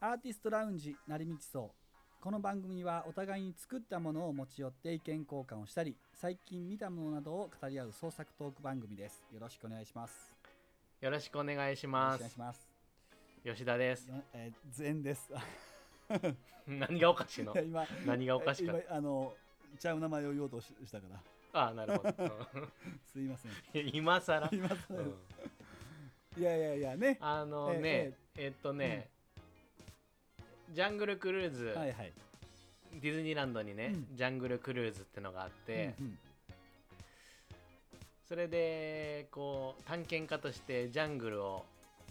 アーティストラウンジ成道荘この番組はお互いに作ったものを持ち寄って意見交換をしたり最近見たものなどを語り合う創作トーク番組ですよろしくお願いしますよろしくお願いしよろしくおま願いすし。ます吉田です。 よえー全です何がおかし いの今何がおかしかった今あのちゃう名前を言おうとししたからああ、なるほ ど。すいま せんうん今更。今う更んいやいやいやねあのね、えっとね、ジャングルクルーズ、はいはいディズニーランドにね、うんジャングルクルーズってのがあって、うんうんそれでこう探検家としてジャングルを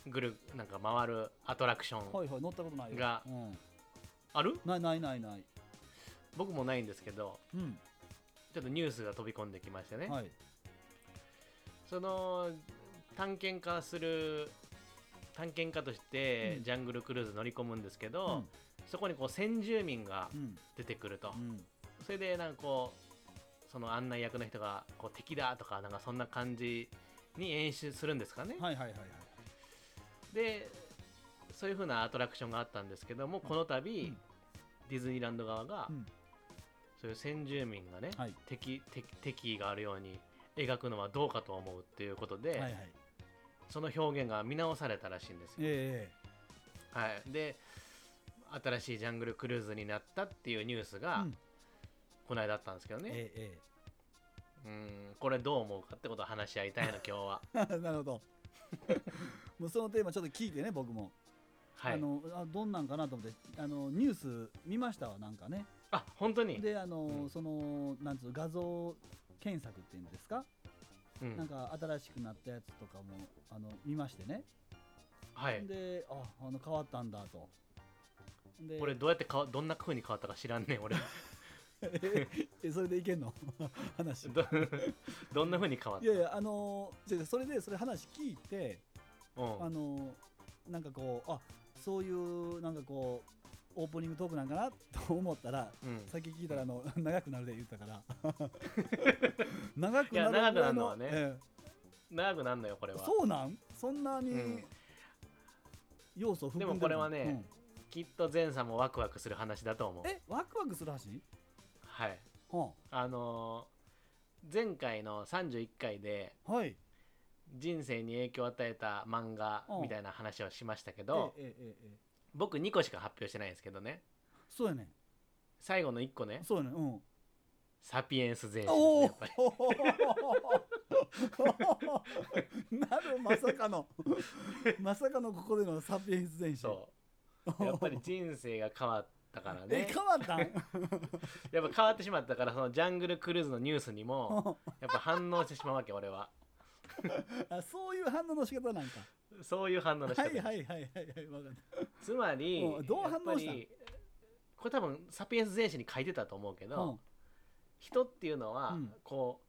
ぐるなんか回るアトラクション、はいはい乗ったことないよがうん、あるないないないない僕もないんですけどうん、ちょっとニュースが飛び込んできましてね、はいその探検家する探検家としてうんジャングルクルーズ乗り込むんですけうどん、そこにこう先住民がうん出てくると、うんそれでなんかこうその案内役の人がこう敵だとかなんかそんな感じに演出するんですかね、はいはいはいはいでそういう風なアトラクションがあったんですけどもこの度、うんディズニーランド側が、うんそういう先住民がね、はい敵敵敵意があるように描くのはどうかと思うっていうことで、はいはいその表現が見直されたらしいんですよ。ええはい、で新しいジャングルクルーズになったっていうニュースが、うんこの間だったんですけどえね、ええうんこれどう思うかってことを話し合いたいの今日は。えなるほどもうそのテーマちょっと聞いてね僕も、はい、ああのあどんなんかなと思ってあのニュース見ましたわなんかね本当に、であの、うんそのなんつうの画像検索っていうんですか、うなんんか新しくなったやつとかもあの見ましてね、はい、でああの変わったんだとでこれどうやってかどんな風に変わったか知らんねん俺 えそれでいけんの 話ど どんな風に変わっいたやいやあのー違う違うそれでそれ話聞いて、うんあのーなんかこうあそういうなんかこうオープニングトークなん かなと思ったらうんさっき聞いたらあの 長くなるで言ったから 長くいやなるぐらい長くなるのはねえ長くなんのよこれえはそうなんそんなうにん要素を含んでるのでもこれはね、きっと前さんもワクワクする話だと思ううんえワクワクする話はいはあのー前回の31回であはい人生に影響を与えた漫画うんみたいな話をしましたけど、ええええええ僕2個しか発表してないんですけどねそうやね最後の1個ねそうやねうん「サピエンス全集」ですねおやっぱりお なるまさかのまさかのここでのサピエンス全集そううやっぱ り人生が変わったからねえ変わ ったんやっぱ変わってしまったからそのジャングルクルーズのニュースにもやっぱ反応してしまうわけ俺はあそういう反応の仕方なんかそういう反応の仕方、はいはいはいはいはい分かっつまりうんどう反応したんやっぱりこれ多分サピエンス全史に書いてたと思うけた、ど、うん、人っていうのは、うんこう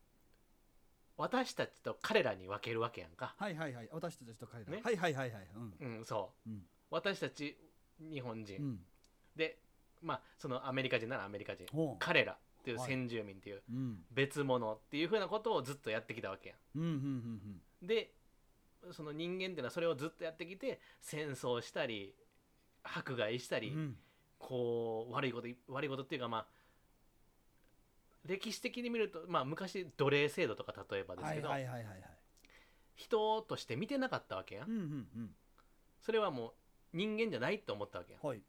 私たちと彼らに分けるわけやんか、はいはいはい私たちと彼ら、ねはいはいはいはいうんうん、そううん私たち日本人、うんでまあそのアメリカ人ならアメリカ人ほう彼らっていうはい先住民っていううん別物っていうふうなことをずっとやってきたわけやうんうんうんんでその人間っていうのはそれをずっとやってきて戦争したり迫害したうり、んうんこう悪いことい悪いことっていうかまあ歴史的に見ると、まあ、昔奴隷制度とか例えばですはけいど、はいはいはいはい人として見てなかったわけやん、うんうんうんそれはもう人間じゃないと思ったわけやんはい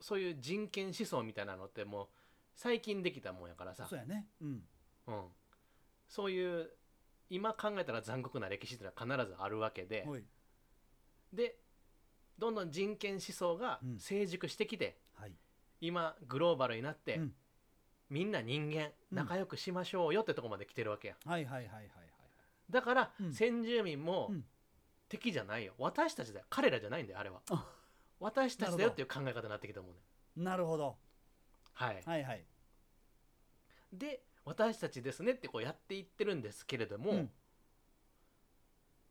そういう人権思想みたいなのってもう最近できたもんやからさそうやねうんうん、そういう今考えたら残酷な歴史っていうのは必ずあるわけではいでどんどん人権思想がうん成熟してきて、はい今グローバルになって、うんみんな人間うん仲良くしましょうよってとこまで来てるわけやはいはいはいはいはいだから、うん先住民もうん敵じゃないよ私たちだよ彼らじゃないんだよあれはあ私たちだなるよほどっていう考え方になってきたもんねなるほどはい、はいはいで私たちですねってこうやっていってるんですけれども、うん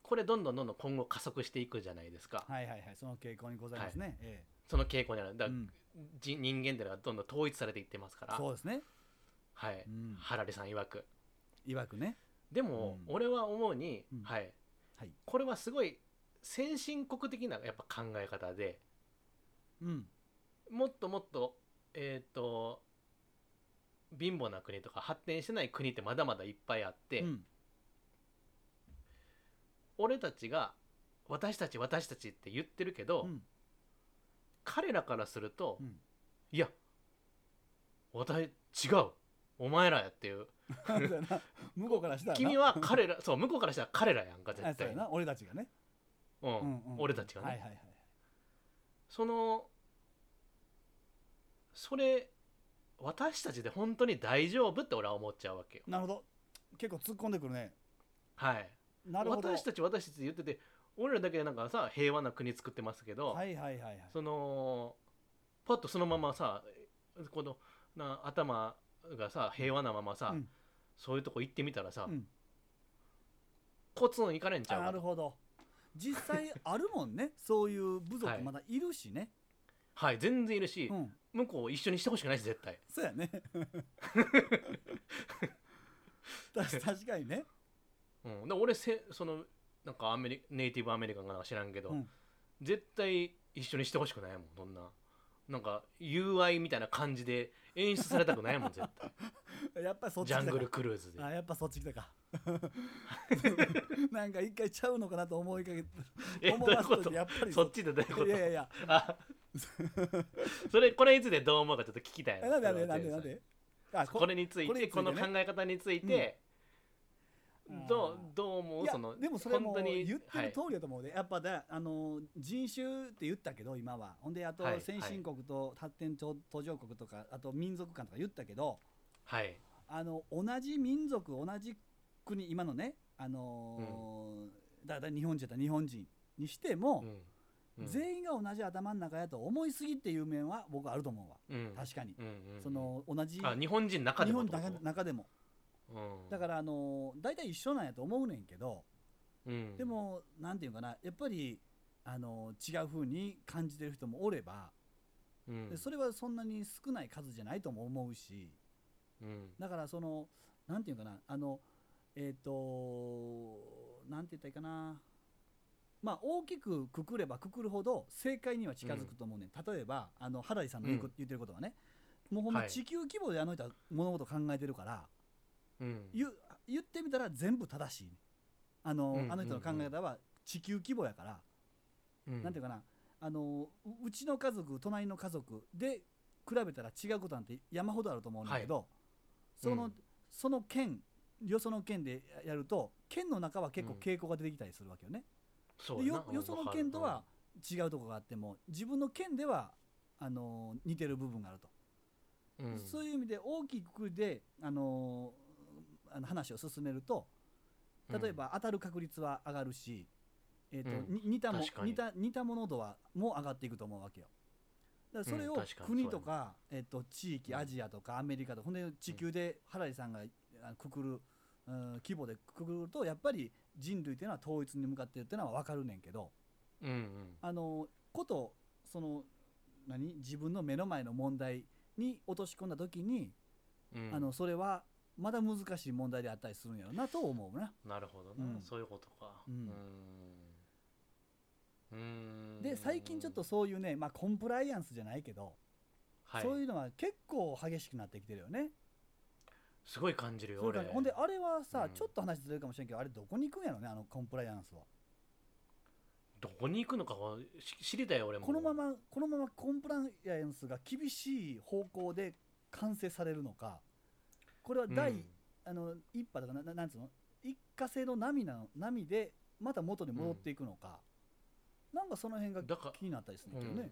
これどんどんどんどん今後加速していくじゃないですか、はいはいはいその傾向にございますね、えその傾向にあるえだから、うんじ人間っていうのがどんどん統一されていってますからそうですねはい、うんハラリさん曰くいわくねでも、うん俺は思うに、うんはいはいこれはすごい先進国的なやっぱ考え方で、うんもっともっとえっ、と貧乏な国とか発展してない国ってまだまだいっぱいあって、うん俺たちが私たち私たちって言ってるけど、うん彼らからすると、うん いや私違うお前らやっていうそうやな向こうからしたらな君は 彼らそう向こうからしたら彼らやんかあ絶そう対やにな俺たちがね、うんうんうん俺たちがね、はいはいはいそのそれ私たちで本当に大丈夫って俺は思っちゃうわけよなるほど結構突っ込んでくるねはいなるほど私たち私たちって言ってて俺らだけなんかさ平和な国作ってますけど、はいはいはいはいそのパッとそのままさこのな頭がさ平和なままさ、うんそういうとこ行ってみたらさ、うんコツンいかれんちあゃうかなとるほど実際あるもん ねそういう部は族いまだいるしね、はい全然いるし、うん向こうを一緒にしてほしくないし絶対そうや ねた確かにねうん、で俺せそのなんかアメリネイティブアメリカンかなんか知らんけど、うん絶対一緒にしてほしくないもんそんななんか友愛みたいな感じで演出されたくないも ん絶対やっぱりそっちジ来たャかングルクルーズであやっぱそっち来た かなんか一回ちゃうのかなと思いかけえど思ういうわすこととやっぱりそそっちでどういうこといやいやいやあそれこれについてどう思うかちょっと聞きたいえなんでなんでなんでなんであこれについてここれについてねの考え方について、どうあーどう思いうやそのでもそれも本当に言ってはるい通りだと思うで、やっぱだあの人種って言ったけど今はほんであとはい先進国と発展途上国とかあと民族間とか言ったけどはいあの同じ民族同じ国今のねあのーだだ日本人だったら日本人にしても、うんうん全員が同じ頭の中やと思いすぎっていう面は僕はあると思うわうん確かに、うんうんうんその同じあ日本人の中日でも本ってこのと中中でもうんだからあのー大体一緒なんやと思うねんけどうんでもなんていうかなやっぱりあのー違う風に感じてる人もおれば、うんでそれはそんなに少ない数じゃないとも思うしうんだからそのなんていうかなあのえっ、となんて言ったらいいかなまあ大きくくくればくくるほど正解には近づくと思うね、ん、例えばあの原井さんの言うこうん言ってることはねもうほんまはい地球規模であの人は物事を考えてるから、うん言う言ってみたら全部正しいあの,、うんあの人の考え方は地球規模やから、うんなんていうかなあのううちの家族隣の家族で比べたら違うことなんて山ほどあると思うんだけど、その、うんその県よその県でやると県の中は結構うん傾向が出てきたりするわけよね、そうでやなよよその県とは違うとこがあっても自分の県ではあの似てる部分があると、うんうんそういう意味で大きくくりであのあの話を進めると例えば当たる確率は上がるし、えーとうんに似たも確かに似た似たもの度はもう上がっていくと思うわけよ。だからそれうんを確かに国とそうか、えっと地域うんアジアとかアメリカとか、ほんで地球で原井さんがあのくくる、うん、規模でくくるとやっぱり人類っていうのは統一に向かってるっていうのは分かるねんけどうんうんあのことその何自分の目の前の問題に落とし込んだ時に、うんあのそれはまだ難しい問題であったりするんやろなと思うな。なるほどうなんそういうことかううんんうーんで最近ちょっとそういうね、まあ、コンプライアンスじゃないけど、はいそういうのは結構激しくなってきてるよね。すごい感じるよそういう俺感じほんであれはさ、うんちょっと話ずれるかもしれんけどあれどこに行くんやろねあのコンプライアンスは。どこに行くのかはし知りたいよ俺もこのままこのままコンプライアンスが厳しい方向で完成されるのかこれは第、うんあの一波だからなななんつうの一過性の波なの波でまた元に戻っていくのか、なんかその辺がだから気になったりするんだけどね。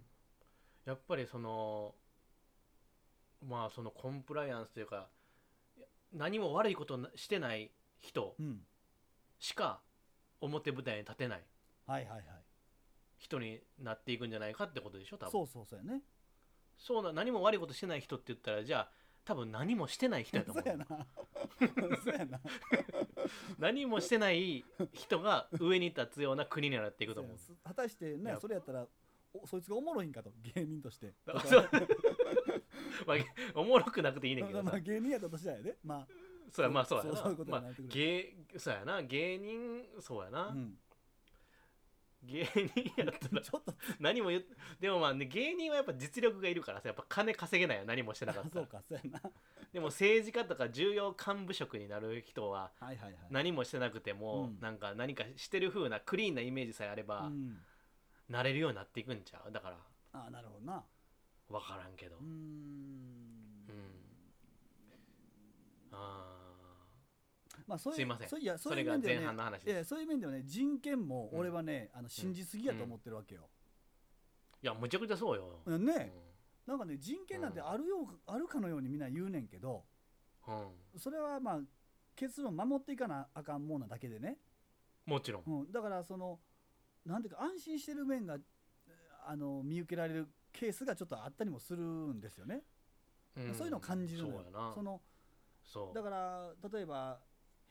やっぱりそのまあそのコンプライアンスというか何も悪いことなしてない人うん、しか表舞台に立てないはいはいはい。人になっていくんじゃないかってことでしょ多分そうそうそうやね。そうな何も悪いことしてない人って言ったらじゃあ多分何もしてない人や とそ思うやうな。そうやな。何もしてない人が上に立つような国になっていくと思うそうや果たしてやねっぱそれやったらおそいつがおもろいんかと芸人としてだ からまあげおもろくなくていいねんけどまさあ芸人やったとしたらやでまそうやまあそうやそうそういうことなになまあってくる芸そうやな芸人そうやあ、なうん、芸人やった らちょっと何も言っでもまあね芸人はやっぱ実力がいるからさやっぱ金稼げないよ何もしてなかあっ たそうらかそうやなでも政治家とか重要幹部職になる人ははいはいはい何もしてなくてうも、んなんか何かしてる風なクリーンなイメージさえあれば、うん、なれるようになっていくんちゃうだからあなるほどな分からんけどうーんうん、あまあそういうすいませんそういやーそそういれうが面で前はね半の話いです、やそういう面ではね人権も俺はね、あの信じすぎやと思ってるわけよ、いやむちゃくちゃそうよ、うんうんねなんかね人権なんてあるよう、あるかのようにみんな言うねんけどうんそれはまあ結論守っていかなあかんもんなだけでね、もちろんうん、だからそのなんていうか安心してる面があの見受けられるケースがちょっとあったりもするんですよね、んそういうのを感じるのよそうやなそのそうだから例えば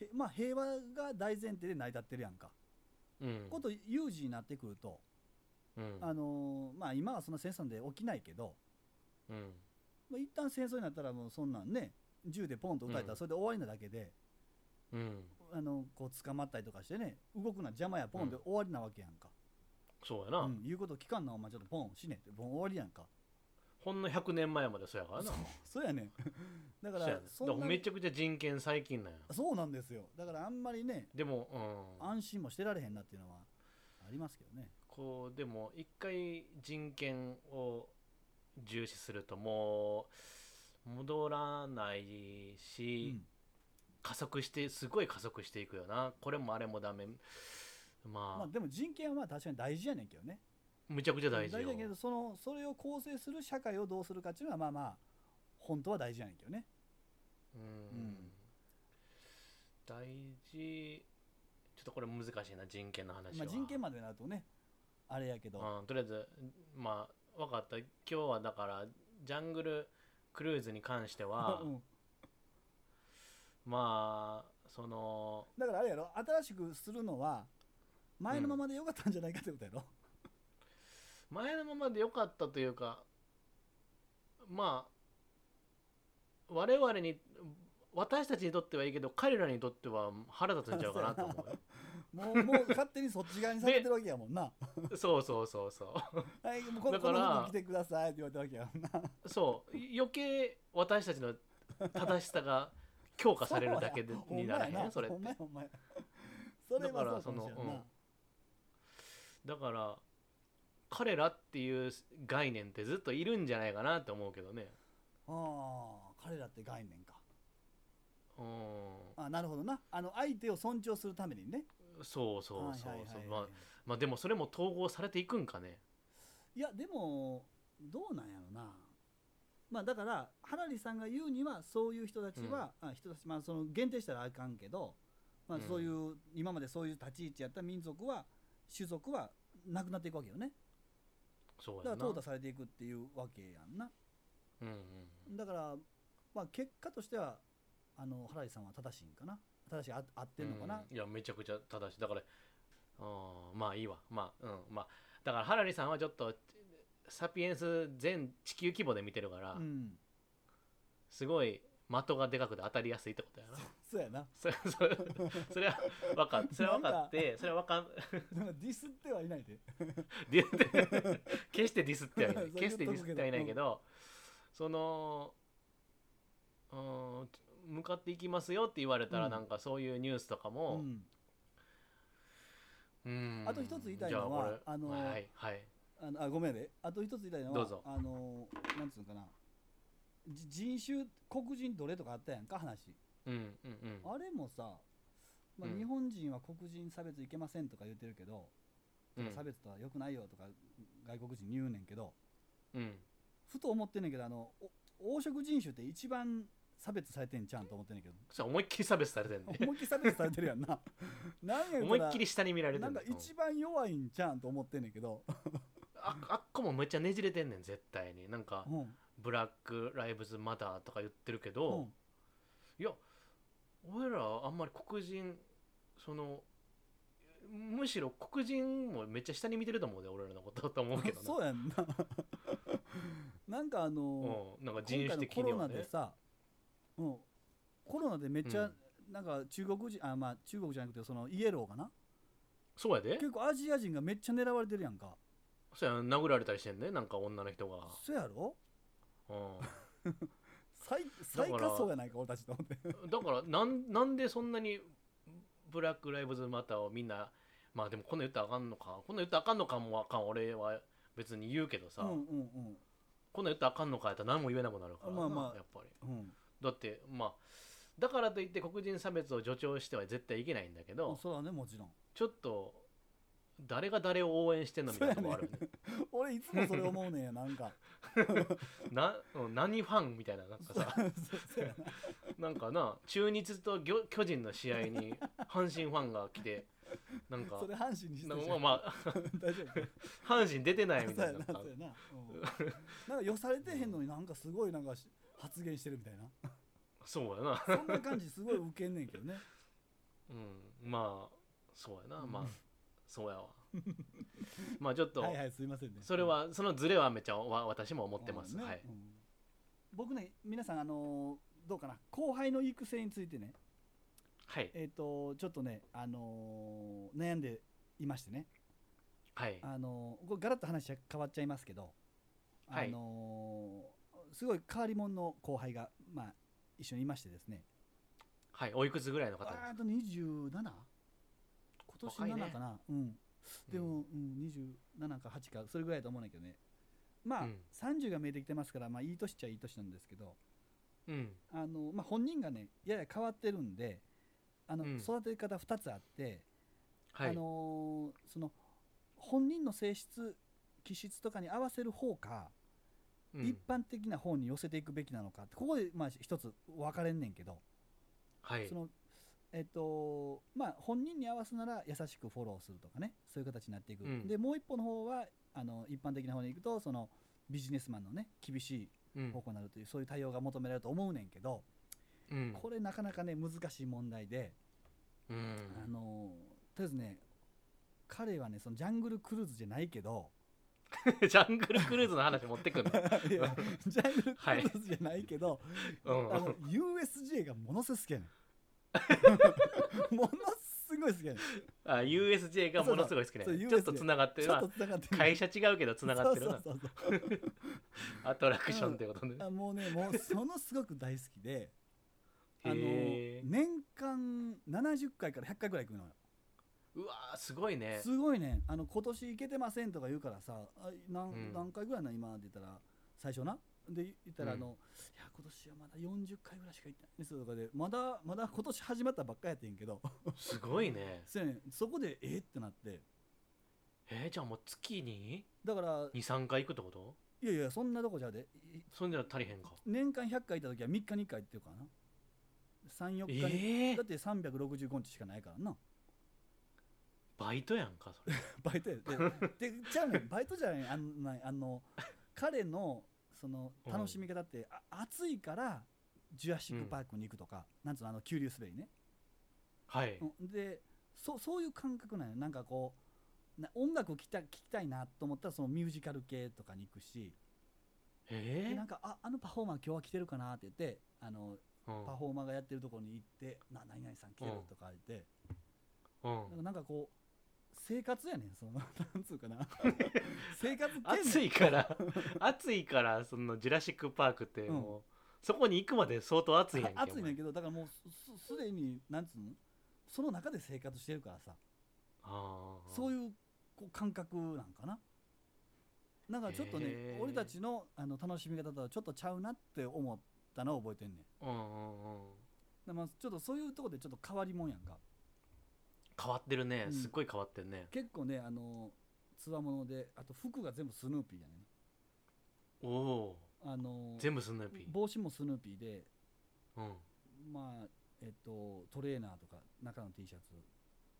へまあ平和が大前提で成り立ってるやんか、うんこと有事になってくると、うんあのーまあ、今はそんな戦争で起きないけど、うんまあ、一旦戦争になったらもうそんなんね銃でポンと撃たれたうらんそれで終わりなだけで、うんあのこう捕まったりとかしてね動くのは邪魔やポンでうん終わりなわけやんか、そうやな、うん言うこと聞かんなお前ちょっとポン死ねってポン終わりやんかほんの100年前までそうやからなそうやねん だかそうやらねそだんかならめちゃくちゃ人権最近なんやそうなんですよだからあんまりねでも、うん、安心もしてられへんなっていうのはありますけどねこうでも一回人権を重視するともう戻らないし、加速してすごい加速していくよなこれもあれもダメうんまあ、まあ、でも人権はまあ確かに大事やねんけどねむちゃくちゃ大事大よ事やけどそのそれを構成する社会をどうするかっていうのはまあまあ本当は大事やねんけどねうんん大事ちょっとこれ難しいな人権の話まは、あ、人権までになるとねあれやけど、うん、とりあえずまあ分かった今日はだからジャングルクルーズに関して は、うんまあそのだからあれやろ新しくするのは前のままでよかったんじゃないかってことやろ、前のままで良かったというかまあ我々に私たちにとってはいいけど彼らにとっては腹立つんちゃうかなと思うよもうもう勝手にそっち側にされてるわけやもんなそうそうそうそうはいもうこだこからの服着てくださいって言われたわけやもんなそう余計私たちの正しさが強化されるだけでそうやにな らほへんまやんそれっほんまてやほんまやそれはそうかもしれだからそんのなうんだから彼らっていう概念ってずっといるんじゃないかなと思うけどねああ彼らって概念かうんあなるほどなあの相手を尊重するためにねそうそうそうはいはいそはういまはあいまあでもそれも統合されていくんかねいやでもどうなんやろなまあだからハラリさんが言うにはそういう人たちは、あ人たちまあその限定したらあかんけど、まあうん、そういう、今までそういう立ち位置やった民族は種族はなくなっていくわけよねそうだやかなら淘汰されていくっていうわけやんなうんうんだからまあ結果としてはあのハラリさんは正しいんかな正しいあ合ってんのかな、うんいやめちゃくちゃ正しいだからあーまあいいわまあうんまあだからハラリさんはちょっとサピエンス全地球規模で見てるから、うんすごい的がでかくて当たりやすいってことやなそうやなそれそれそれは分かっそれは分かってそれは分かんなんかディスってはいないでディスって決してディスってはいない そう決してディスってはいない言けっど、そのうーん向かっていきますよって言われたら、うんなんかそういうニュースとかうも、んうーんあと一つ言いたいのはじゃあのはいはいはいあのあごめんねあと一つ言いたいのはどうぞあのなんつうのかなじ人種黒人奴隷とかあったやんか話うんうんうんあれもさ、まあ、うん日本人は黒人差別いけませんとか言ってるけど、うん差別とは良くないよとか外国人に言うねんけどうんふと思ってんねんけどあのお黄色人種って一番差別されてんちゃうんと思ってんねんけどそう思いっきり差別されてるね思いっきり差別されてるやん ななんや言う思たいらっきり下に見られてなるんか一番弱いんちゃうんと思ってんねんけど、ああっこもめっちゃねじれてんねん絶対になんかうんうんブラック・ライブズ・マターとか言ってるけど、いや俺らあんまり黒人そのむしろ黒人もめっちゃ下に見てると思うで俺らのことだと思うけ どそうやんななんかあのうーん、なんか人今種回の的コにロナはでねさ、うん、コロナでめっちゃ、うんなんか中国人あまあ中国じゃなくてそのイエローかなそうやで結構アジア人がめっちゃ狙われてるやんかそうや殴られたりしてんねなんか女の人が、そやろう最最下層やないか俺たちと 思ってん、だからなん なんでそんなにブラック・ライブズ・マターをみんなまあでもこんなん言ったらあかんのかこんなん言ったらあかんのかもあかん俺は別に言うけどさ、うんうんこんなん言ったらあかんのかやったら何も言えなくなるからなまあまあやっぱりうんうんだってまあだからといって黒人差別を助長しては絶対いけないんだけど、あそうだねもちろんちょっと誰が誰を応援してんのみたいなとこあるよね俺いつもそれ思う ねんやなんかなうん何ファンみたいななんかさそうそうやななんかな中日とぎょ巨人の試合に阪神ファンが来てなんかそれ阪神にしてなんるかじまゃあんまあ 大丈夫 阪神出てないみそうたやいななそうやな、うんなんか寄されてへんのになんかすごいなんかし発言してるみたいなそうやなそんな感じすごいウケんねんけどねうんまあそうやなまあうんそうやわまあちょっ とはいはいすいませんねそれはそのズレはめっちゃわ私も思ってますうんはいうん僕ね皆さんあのーどうかな後輩の育成についてねはいえっ、とちょっとねあのー悩んでいましてねはいあのーこれガラッと話は変わっちゃいますけどあはいのーすごい変わり者の後輩がまあ一緒にいましてですねはいおいくつぐらいの方ですあーあと 27? 今年若いね7かな、うんうんでも、うん27か8かそれぐらいだと思うんだけどねまあ、うん30が見えてきてますから、まあ、いい年っちゃいい年なんですけどうんあの、まあ、本人がねやや変わってるんであの、うん育て方2つあって、はいあのーその本人の性質気質とかに合わせる方か、うん一般的な方に寄せていくべきなのかってここでまあ一つ分かれんねんけど、はいそのえっとまあ、本人に合わすなら優しくフォローするとかねそういう形になっていく、うんでもう一歩の方はあの一般的な方に行くとそのビジネスマンのね厳しういん方向になるという、そういう対応が求められると思うねんけど、うん これなかなかね難しい問題で、うあんのとりあえずね彼はねそのジャングルクルーズじゃないけ どジャングルクルーズの話持っ てくんのいやジャングルクはいルーズじゃないけど、うんあの USJ がものすごい好 きやねんものすごい好きやねんあ USJ がものすごい好きなそうそうちょっとつながってちるょっなとつながってる会社違うけどつながってるなそうそうそうアトラクションってことねそうあもうねもうそのすごく大好きであのへえ年間70回から100回ぐらい行くのようわーすごいねすごいねあの今年行けてませんとか言うからさあなん、うん何回ぐらいな今って言ったら最初なで言ったらうあんの、いや今年はまだ40回ぐらいしか行ってないんですよとかでまだまだ今年始まったばっかやってんけど すごいねそうやねそこでえっってなってえー、じゃあもう月にだから23回行くってこといやいやそんなとこじゃでいそんじゃ足りへんか年間100回行った時は3日に1回っていうかな34日に、ええだって365日しかないからなバイトやんかそれバイトやででじゃあ ねバイトじゃないあんなあの彼のそのうん楽しみ方って、あ暑いからジュラシック・パークに行くとか、なんつうのあの急流滑りね、はい、うんでそそういう感覚なんよなんかこうな音楽を聴きた聞きたいなと思ったらそのミュージカル系とかに行くしでえなんかああのパフォーマー今日は来てるかなって言ってあのー、パフォーマーがやってるところに行って「な何々さん来てるうん」とか言って、うん、うん、なんかこう生活やねんそのなんつうか な生活圏内暑いから暑いからそのジュラシック・パークってもう、そこに行くまで相当暑いやんけあ暑いねんけけどだからもうすすでになんつうのその中で生活してるからさあーそういうこう感覚なんかなだからちょっとへねー俺たちのあの楽しみ方とはちょっとちゃうなって思ったのを覚えてんねんうんうんうだんからまあちょっとそういうとこでちょっと変わりもんやんか変わってるねうんすっごい変わってるね、結構ねあのつわものであと服が全部スヌーピーやねんおおあの全部スヌーピ帽子もスヌーピーで、ー、うん、まあえっと、トレーナーとか中の T シャツ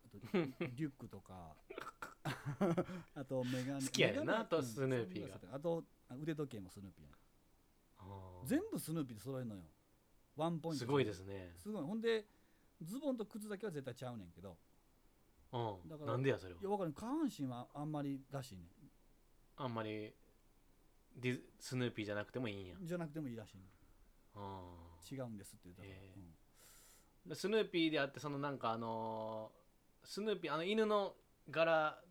あとリュックとか あとメガネ好きやねんなメガネあとうんスヌーピーがサングラスとかあとあ腕時計もスヌーピーやねあー全部スヌーピーで揃えるのよワンポイントすごいですねすごいほんでズボンと靴だけは絶対ちゃうねんけどうんだからなんでやそれはいや分かる下半身はあんまりらしいねあんまりディズスヌーピーじゃなくてもいいんやんじゃなくてもいいらしいねうんん違うんですって言ったから、へースヌーピーであってそのなんかあのースヌーピーあの犬の柄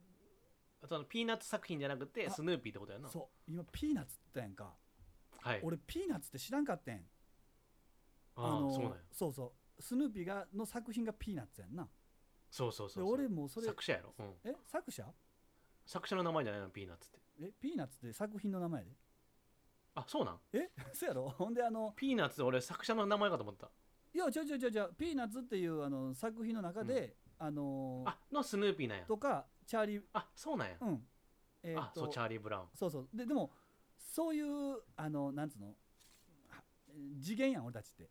そのピーナッツ作品じゃなくてあスヌーピーってことやなそう今ピーナッツって言ったやんかはい俺ピーナッツって知らんかったんああそうなんやそうそうスヌーピーがの作品がピーナッツやんなそうそうそうでそう俺もうそれ作者やろ、うん、え作者作者の名前じゃないのピーナッツってえピーナッツって作品の名前やあそうなんでえ そうやろ ほんであのピーナッツって俺作者の名前かと思ったいやちょちょちょちょピーナッツっていうあの作品の中で、あのーあのスヌーピーなんやとかチャーリーあそうなんや、うんえーあそうチャーリー・ブラウンそうそうででもそういうあのなんつうのは次元やん俺たちって、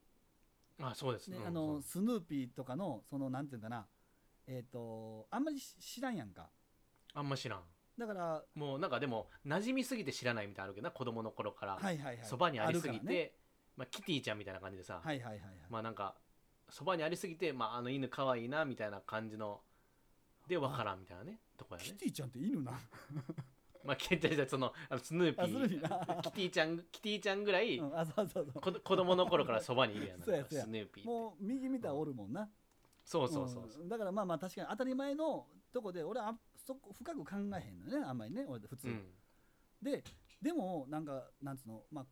あそうですねうんあうのんスヌーピーとかのそのなんていうんかなえっ、とあんまりし知らんやんかあんま知らんだからもうなんかでも馴染みすぎて知らないみたいなのあるけどな子供の頃からはいはいはいそば、にありすぎるかて、らねまあ、キティちゃんみたいな感じでさ、はいはいはいはい、まあなんかそばにありすぎて、まあ、あの犬かわいいなみたいな感じのでわからんみたいなねとこやキねティちゃんって犬なんまあキティちゃんそのあのスヌーピあスヌーーピーなキティちゃんキティちゃんぐらい、うんあそうそうそうこ子供の頃からそばにいるやん そうやなんかそうやスヌーピーってもう右見たらおるもんな、そうそうそうそう、んだからまあまあ確かに当たり前のとこで俺はあそこ深く考えへんのねあんまりね俺普通、うんででもなんかなんつうのまあ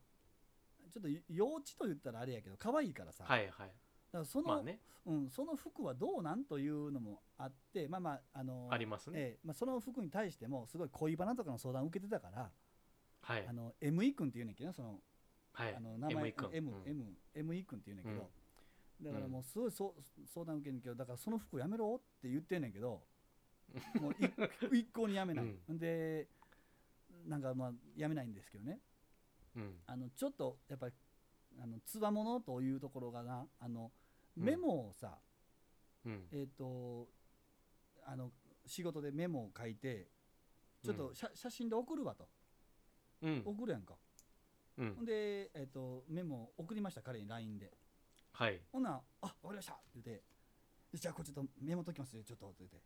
ちょっと幼稚と言ったらあれやけど可愛いからさ、はいはいだからその、まあねうん、その服はどうなんというのもあってまあまああのありますね、ええまあ、その服に対してもすごい恋バナとかの相談を受けてたから、はいあの ME 君って言うねんけどそのはいあの名前 ME 君 M うん M ME 君って言うねんけど、だからもうすごいそ相談受けるけどだからその服やめろって言ってんねんけ どもう一一向にやめない、うんでなんかまあやめないんですけどねうんあのちょっとやっぱりあのつわものというところがなあのうんメモをさ、うんえっ、とあの仕事でメモを書いてちょっと写,、写真で送るわとうん送るやんか、うんほんで、えっとメモを送りました彼に LINE ではいほんなら「あわかりました」って言って「じゃあこれちょっとメモときますよちょっと」って言って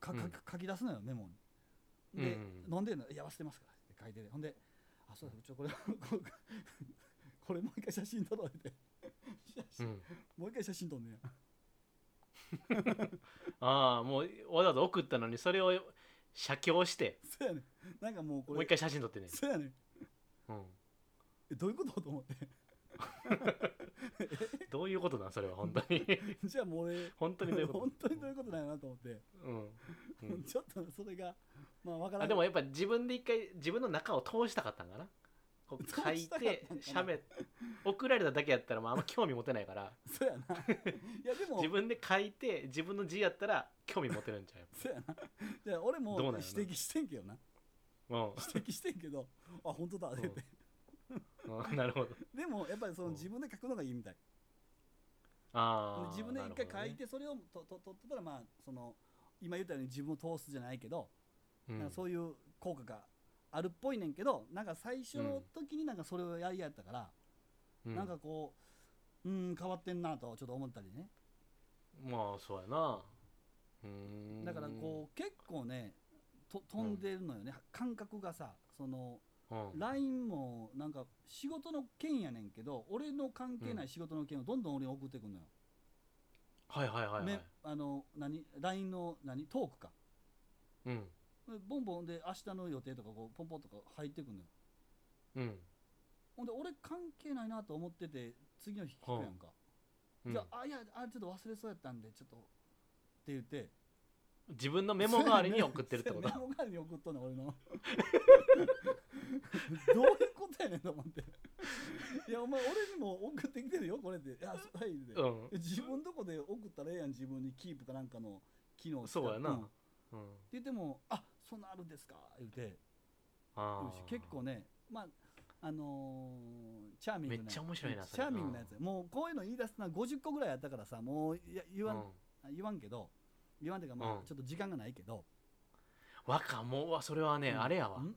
かうんか書き出すのよメモにで、うんうんうん飲んでるの「いや忘れますから」って書いててほんで「あそうだちょこれ ここれもう一回写真撮ろう」って写う真んもう一回写真撮んねやああもうわざわざ送ったのにそれを写経してそやねんなんかもうこれもう一回写真撮ってね、そやねんうん、えどういうことと思って どういうことなんそれは本当に じゃあもう俺本当にどういうこと本当にどういうことだよなと思って、うんうんちょっとそれがまあわからあんでもやっぱ自分で一回自分の中を通したかったんかなこう通したかったん書かないて喋っ送られただけやったらもうあんま興味持てないからそうやないやでも自分で書いて自分の字やったら興味持てるんちゃそうやなじゃあ俺もどうなんやろな指摘してんけどなうよ指摘してんけどあ本当だって言 って、うん、うん、なるほどでもやっぱりそのうん自分で書くのがいいみたいああ自分で一回書いてそれをとと取ってたらまあその今言ったように自分を通すじゃないけど、なんかそういう効果があるっぽいねんけどなんか最初の時になんかそれをやりやったから、うん、なんかこううん変わってんなとちょっと思ったりねまあそうやなうーんだからこう結構ねと飛んでるのよね、感覚がさそのうん、 LINE もなんか仕事の件やねんけど俺の関係ない仕事の件をどんどん俺に送ってくんのよ、はいはいはいはい、めあの何 LINE の何トークかうんボンボンで明日の予定とかこうポンポンとか入ってくんのようんほんで俺関係ないなと思ってて次の日聞くやんか、うんじゃああいやあちょっと忘れそうやったんでちょっとって言って自分のメモ代わりに送ってるっ てことメモ代わりに送っとんの俺 のどういうことやねんと思っていやお前俺にも送ってきてるよこれっていやそうはいで、うん自分とこで送ったらええやん自分にキープかなんかの機能使っそうやな、ううんんって言っても「あそんなんあるんですか」言うてあー結構ねまああのーチャーミングなめっちゃ面白いなそチれャーミングなやつ、もうこういうの言い出すのは50個ぐらいやったからさもういや言わん、うん言わんけど言わんっていうかまあ、うんちょっと時間がないけど、若もうわそれはね、うんあれやわん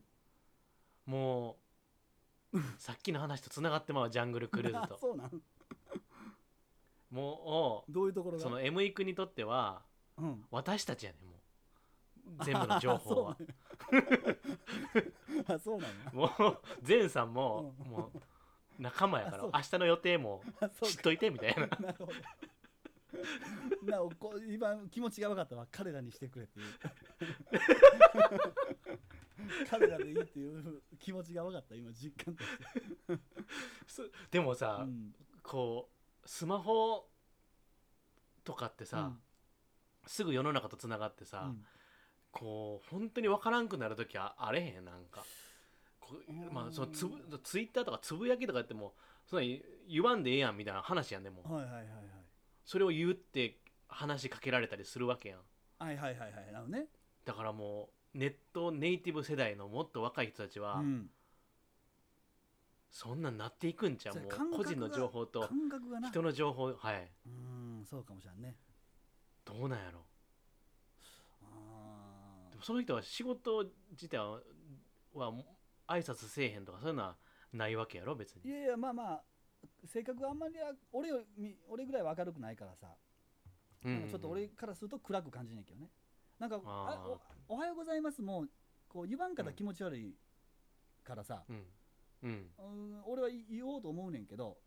もうさっきの話とつながってまうジャングルクルー ズあとそうなんもどういうところうがその M イクにとってはうん、 私たちやねもう全部の情報はあそうなんやもう全さんも、うんもう仲間やからあそう明日の予定もあそう 知っといてみたいななるほどなおこ今気持ちが分かったわ彼らにしてくれっていう 彼らでいいっていう気持ちが分かった今実感としてすでもさ、うんこうスマホとかってさ、すぐ世の中とつながってうさ、んこう本当に分からんくなる時ああれへんなんかこううんまあそのつぶツイッターとかつぶやきとかやってもそんな言わんでええやんみたいな話やんでもううんはいはいはいはいそれを言って話しかけられたりするわけやんはいはいはいはいなのね、だからもうネットネイティブ世代のもっと若い人たちうは、ん、そんなんなっていくんちゃうそうもや感う覚個が人の情報と感覚がな人の情報はいうんそうかもしれんねどうなんやろあでもその人は仕事自体はは挨拶せえへんとかそういうのはないわけやろ別ーにいやいやまあまあ性格はあんまりは俺より俺ぐらいは明るくないからさなんかちょっとうんうん俺からすると暗く感じねんけどねなんかああーお「おはようございます」もこう言わんかったら気持ち悪いからさ、うんうんうん俺は言おうと思うねんけど、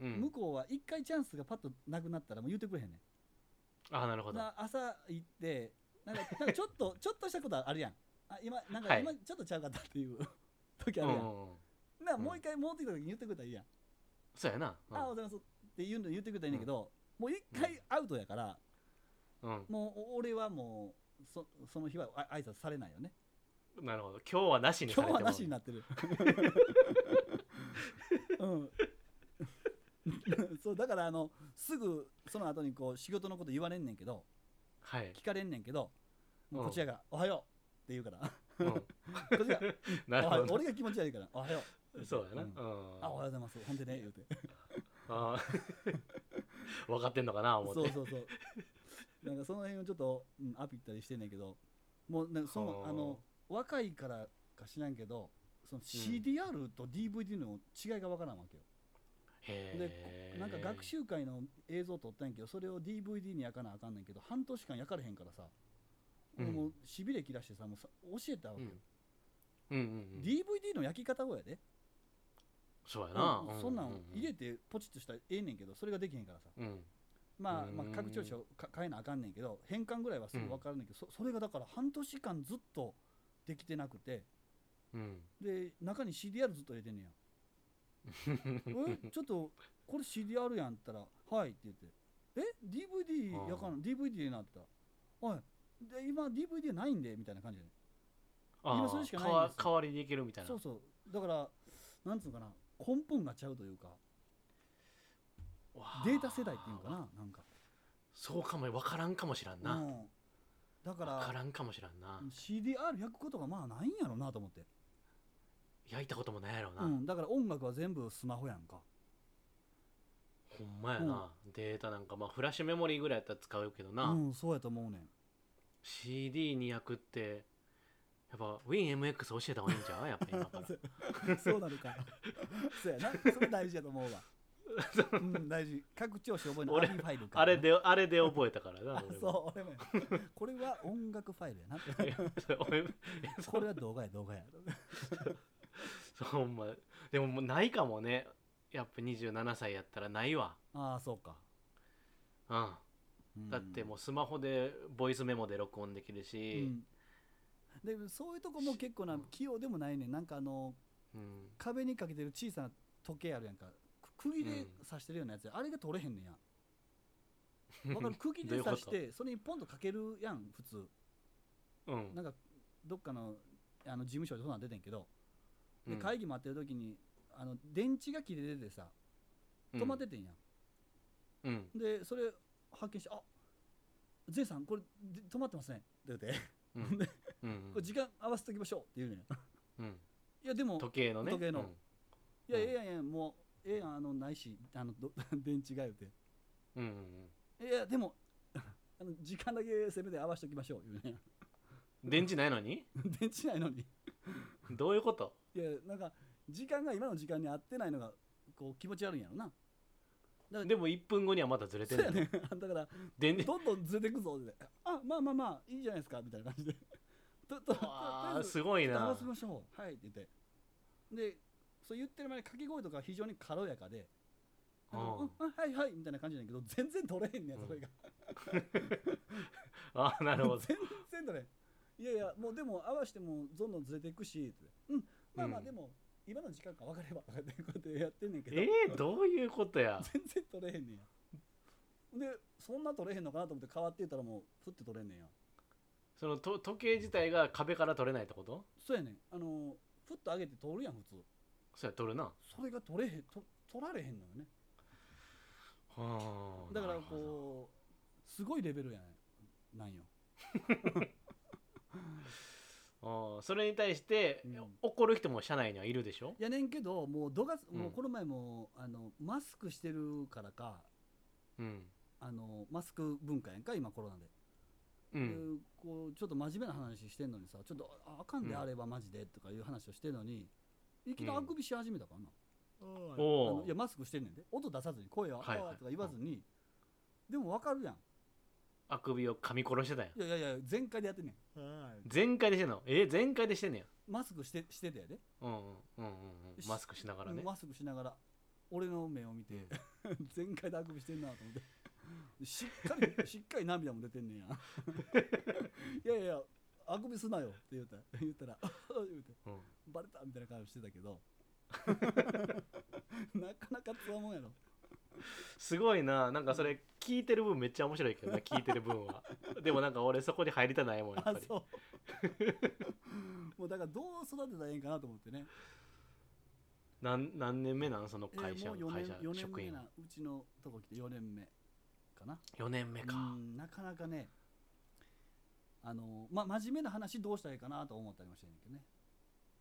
うん向こうは一回チャンスがパッとなくなったらもう言ってくれへんねあなるほんどな朝行ってなんかなんかちょっ とちょっとしたことあるやんあ今なんかはい今ちょっとちゃうかったっていう 時あうんるうやん、んうんなもう一回戻ってきた時に言ってくれたらいいやん、そうやなあおはようございますって言うの言ってくれたらいいねんだけど、もう一回アウトやから、うんもうお俺はもうそその日はあ挨拶されないよねうんなるほど今日はなしにさ今日れてもはなしになって る。うん、 そうだからあのすぐその後にこう仕事のこと言われんねんけどはい 聞かれんねんけどもうこちらが「おはよう」って言うか らうんこっちらがなるおはよほうど俺が気持ち悪いから「おはよう」そうやなうんあおはようございますほんでね言うてあー 分かってんのかな思ってそうそうそうなんかその辺をちょっと、うん、アピったりしてんねんけどもうなんかそのはああの若いからか知らんけどその CDR と DVD の違いがわからんわけよへでえなんか学習会の映像撮ったんやけどそれを DVD に焼かなあかんねんけど半年間焼かれへんからさ、うんもうしびれ切らしてさもうさ教えたわうけよ、んうんうんうん DVD の焼き方をやで、そうやなううんんそんなんう入れてポチッとしたらええねんけどそれができへんからさうんまあ、うんまあ、拡張子をか変えなあかんねんけど変換ぐらいはすぐ分からんねんけど、そそれがだから半年間ずっとできてなくてうんで中に CDR ずっと入れてんねんや えちょっとこれ CDR やんったら「はい」って言って「え DVD やかな DVD なったら「はい」で今 DVD ないんでみたいな感じで、ね、あ今あそれしかないん代わですよ代わりでいけるみたいなそうそうだからなんつうのかな根本がちゃうというかわデータ世代っていうのかななんかそうかも分からんかもしらんな、うんだか分かららんかもしらんな、 CDR 焼くことがまあないんやろなと思って、焼いたこともないやろな、うん、だから音楽は全部スマホやんかほんまやな、データなんかまあフラッシュメモリーぐらいやったら使うけどな、うんそうやと思うねん CD200 ってやっぱ WinMX 教えた方がいいんちゃうやっぱ今から そうなるかそうやなそれ大事やと思うわうん大事拡張子覚えの俺 RB ファイルかあれであれで覚えたからなあ俺 もそう俺もやこれは音楽ファイルやな いや俺もいやこれは動画や動画や そうほんまでももうないかもねやっぱ27歳やったらないわああそうか、うんうんだってもうスマホでボイスメモで録音できるうし、ん、でそういうとこも結構な器用でもないねんなんかあのうん壁にかけてる小さな時計あるやんかく釘で刺してるようなやつ、あれが取れへんねんや わかる釘どうでいうこと刺してそれにポンとかけるやん普通うんなんかどっかのあの事務所でそんなん出てんけど、でうん会議待ってる時にあの電池が切れててさ止まっててんや、うんん、でそれ発見して「あゼイさんこれで止まってますね」って言ってうほんんでうん「こうれん時間合わせときましょう」って言う ねんうんいやでも時計のね時計のいやうんええやんええやんもうええやんあのないしあのど 電池が言うてうんうん「うんいやでも あの時間だけせめて合わせときましょう」言うねんうん電池ないのに 電池ないのにどういうこといやなんか時間が今の時間に合ってないのがこう気持ち悪いんやろなでも1分後にはまたずれてそうるやの、ねん だから電 池どんどんずれてくぞってあまあまあまあいいじゃないですかみたいな感じでととととりああえあずすごい合わなせましょうはいって言ってでそう言ってる前に掛け声とか非常に軽やかでなんかうんうんうんはいはいみたいな感じなんやけど全然取れへんねんうんそ れが、あ なるほど全然取れへんいやいやもうでも合わしてもどんどんずれていくしってうんまあまあうんでも、今の時間か分かればとかってこうやってやってんねんけどえー、どういうことや全然取れへんねんやでそんな取れへんのかなと思って変わっていったらもうふって取れんねんやそのと時計自体が壁から取れないってことそうやねんあのーふっと上げて取るやん普通そうや取るなそれが取れへんと取られへんのよねはあだからなるほどこうすごいレベルやんなんよあーそれに対して、うん怒る人も社内にはいるでしょやねんけどもう度がうんもうこの前も、あのマスクしてるからかうんあのマスク文化やんか今コロナで、うでんこうちょっと真面目な話してんのにさちょっとああかんでうんあればマジでとかいう話をしてんのにいきなりうんあくびし始めたからな、あおうのいやマスクしてんねんで音出さずに声を「あはいはいーとか言わずにでも分かるやんあくびを噛み殺してたんやいやいやいや全開でやってんねん全開でしてんのえー、全開でしてんねやマスクしてしてたやで、うんうんうんうんうんマスクしながらねマスクしながら俺の目を見て 全開であくびしてんなと思ってしっか りしっかり涙も出てんねんや いやいやあくびすなよって言うた言ったら 言うてうんバレたみたいな顔してたけど なかなかつわもんやろすごいななんかそれ聞いてる分めっちゃ面白いけどな聞いてる 分はでもなんか俺そこに入りたないもんやっぱありそう もうだからどう育てたらええんかなと思ってね、なん何年目なんそのえー会社、もう4会年社 ,4 年職目員なうちのとこ来て4年目かな4年目か、うんなかなかねあのま真面目な話どうしたらいいかなと思ったりもしてんねんけどね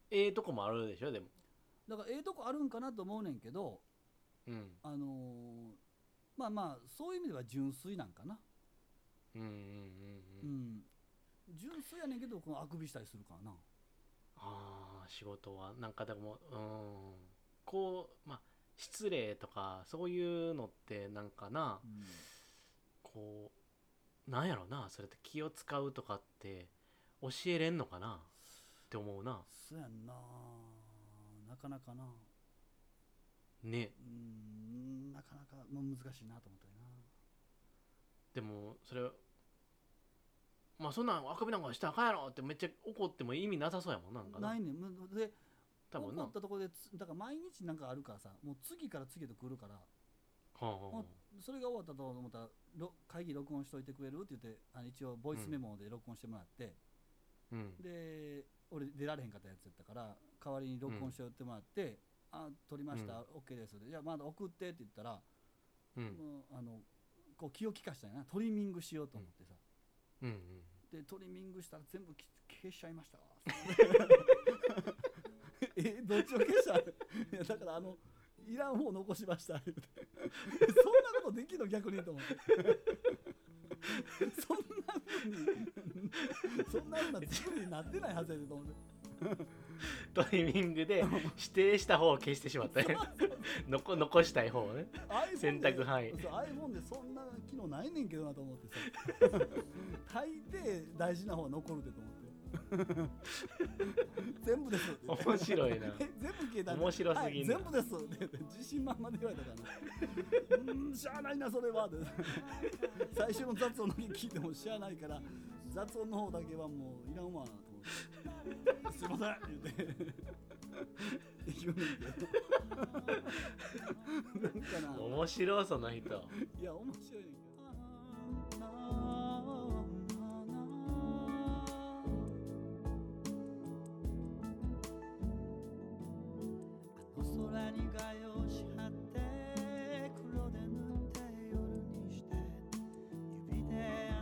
ええとこもあるでしょでもだからええとこあるんかなと思うねんけどうんあのーまあまあそういう意味では純粋なんかなうんうんうんううん、ん純粋やねんけどこのあくびしたりするからなああ仕事はなんかでもうんこうまあ失礼とかそういうのってなんかなうんこうなんやろなそれって気を使うとかって教えれんのかなって思うなそうやんななかなかなねうんなかなか、まあ、難しいなと思ったりなでもそれまあそんなんあくびなんかしたらあかんやろってめっちゃ怒っても意味なさそうやもんなんかなないねんむで多分な怒ったところでつだから毎日なんかあるからさもう次から次へと来るからはあはあそれが終わったと思ったらろ会議録音しといてくれるって言ってあの一応ボイスメモで録音してもらって、うんで俺出られへんかったやつやったから代わりに録音しておいてもらって「あ撮りました、うん OK です」で「じゃあまだ送って」って言ったら、うんもうあのこう気を利かしたんやなトリミングしようと思ってさ、うんうんでトリミングしたら全部き消しちゃいましたわ えどっちを消したいやだからあのいらん方残しました言うてそんなことできるの逆にと思ってそんなふうにそんなふうな作りになってないはずやでと思ってトリミングで指定した方を消してしまったね残残したい方をね iPhone で選択範囲そう iPhone でそんな機能ないねんけどなと思ってさ 大抵大事な方は残るでと思って 全部ですって言って面白いなえ 全部消えた面白すぎんなはい、全部です って自信満々で言われたから ねうーんしゃあないなそれは って最初の雑音だけ聞いてもしゃあないから雑音の方だけはもういらんわと思ってすいませんって言って言うんだ けどなんかな面白いその人いや面白いねんけどあの空にがよし張って黒で塗って夜にして指で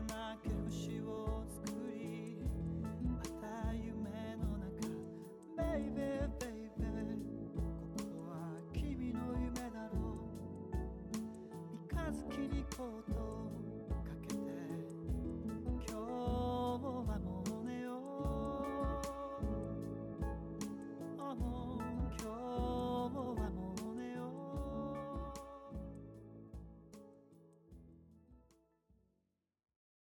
穴開け節を作りまた夢の中ベイベーベイベーここは君の夢だろう三日月に行こうと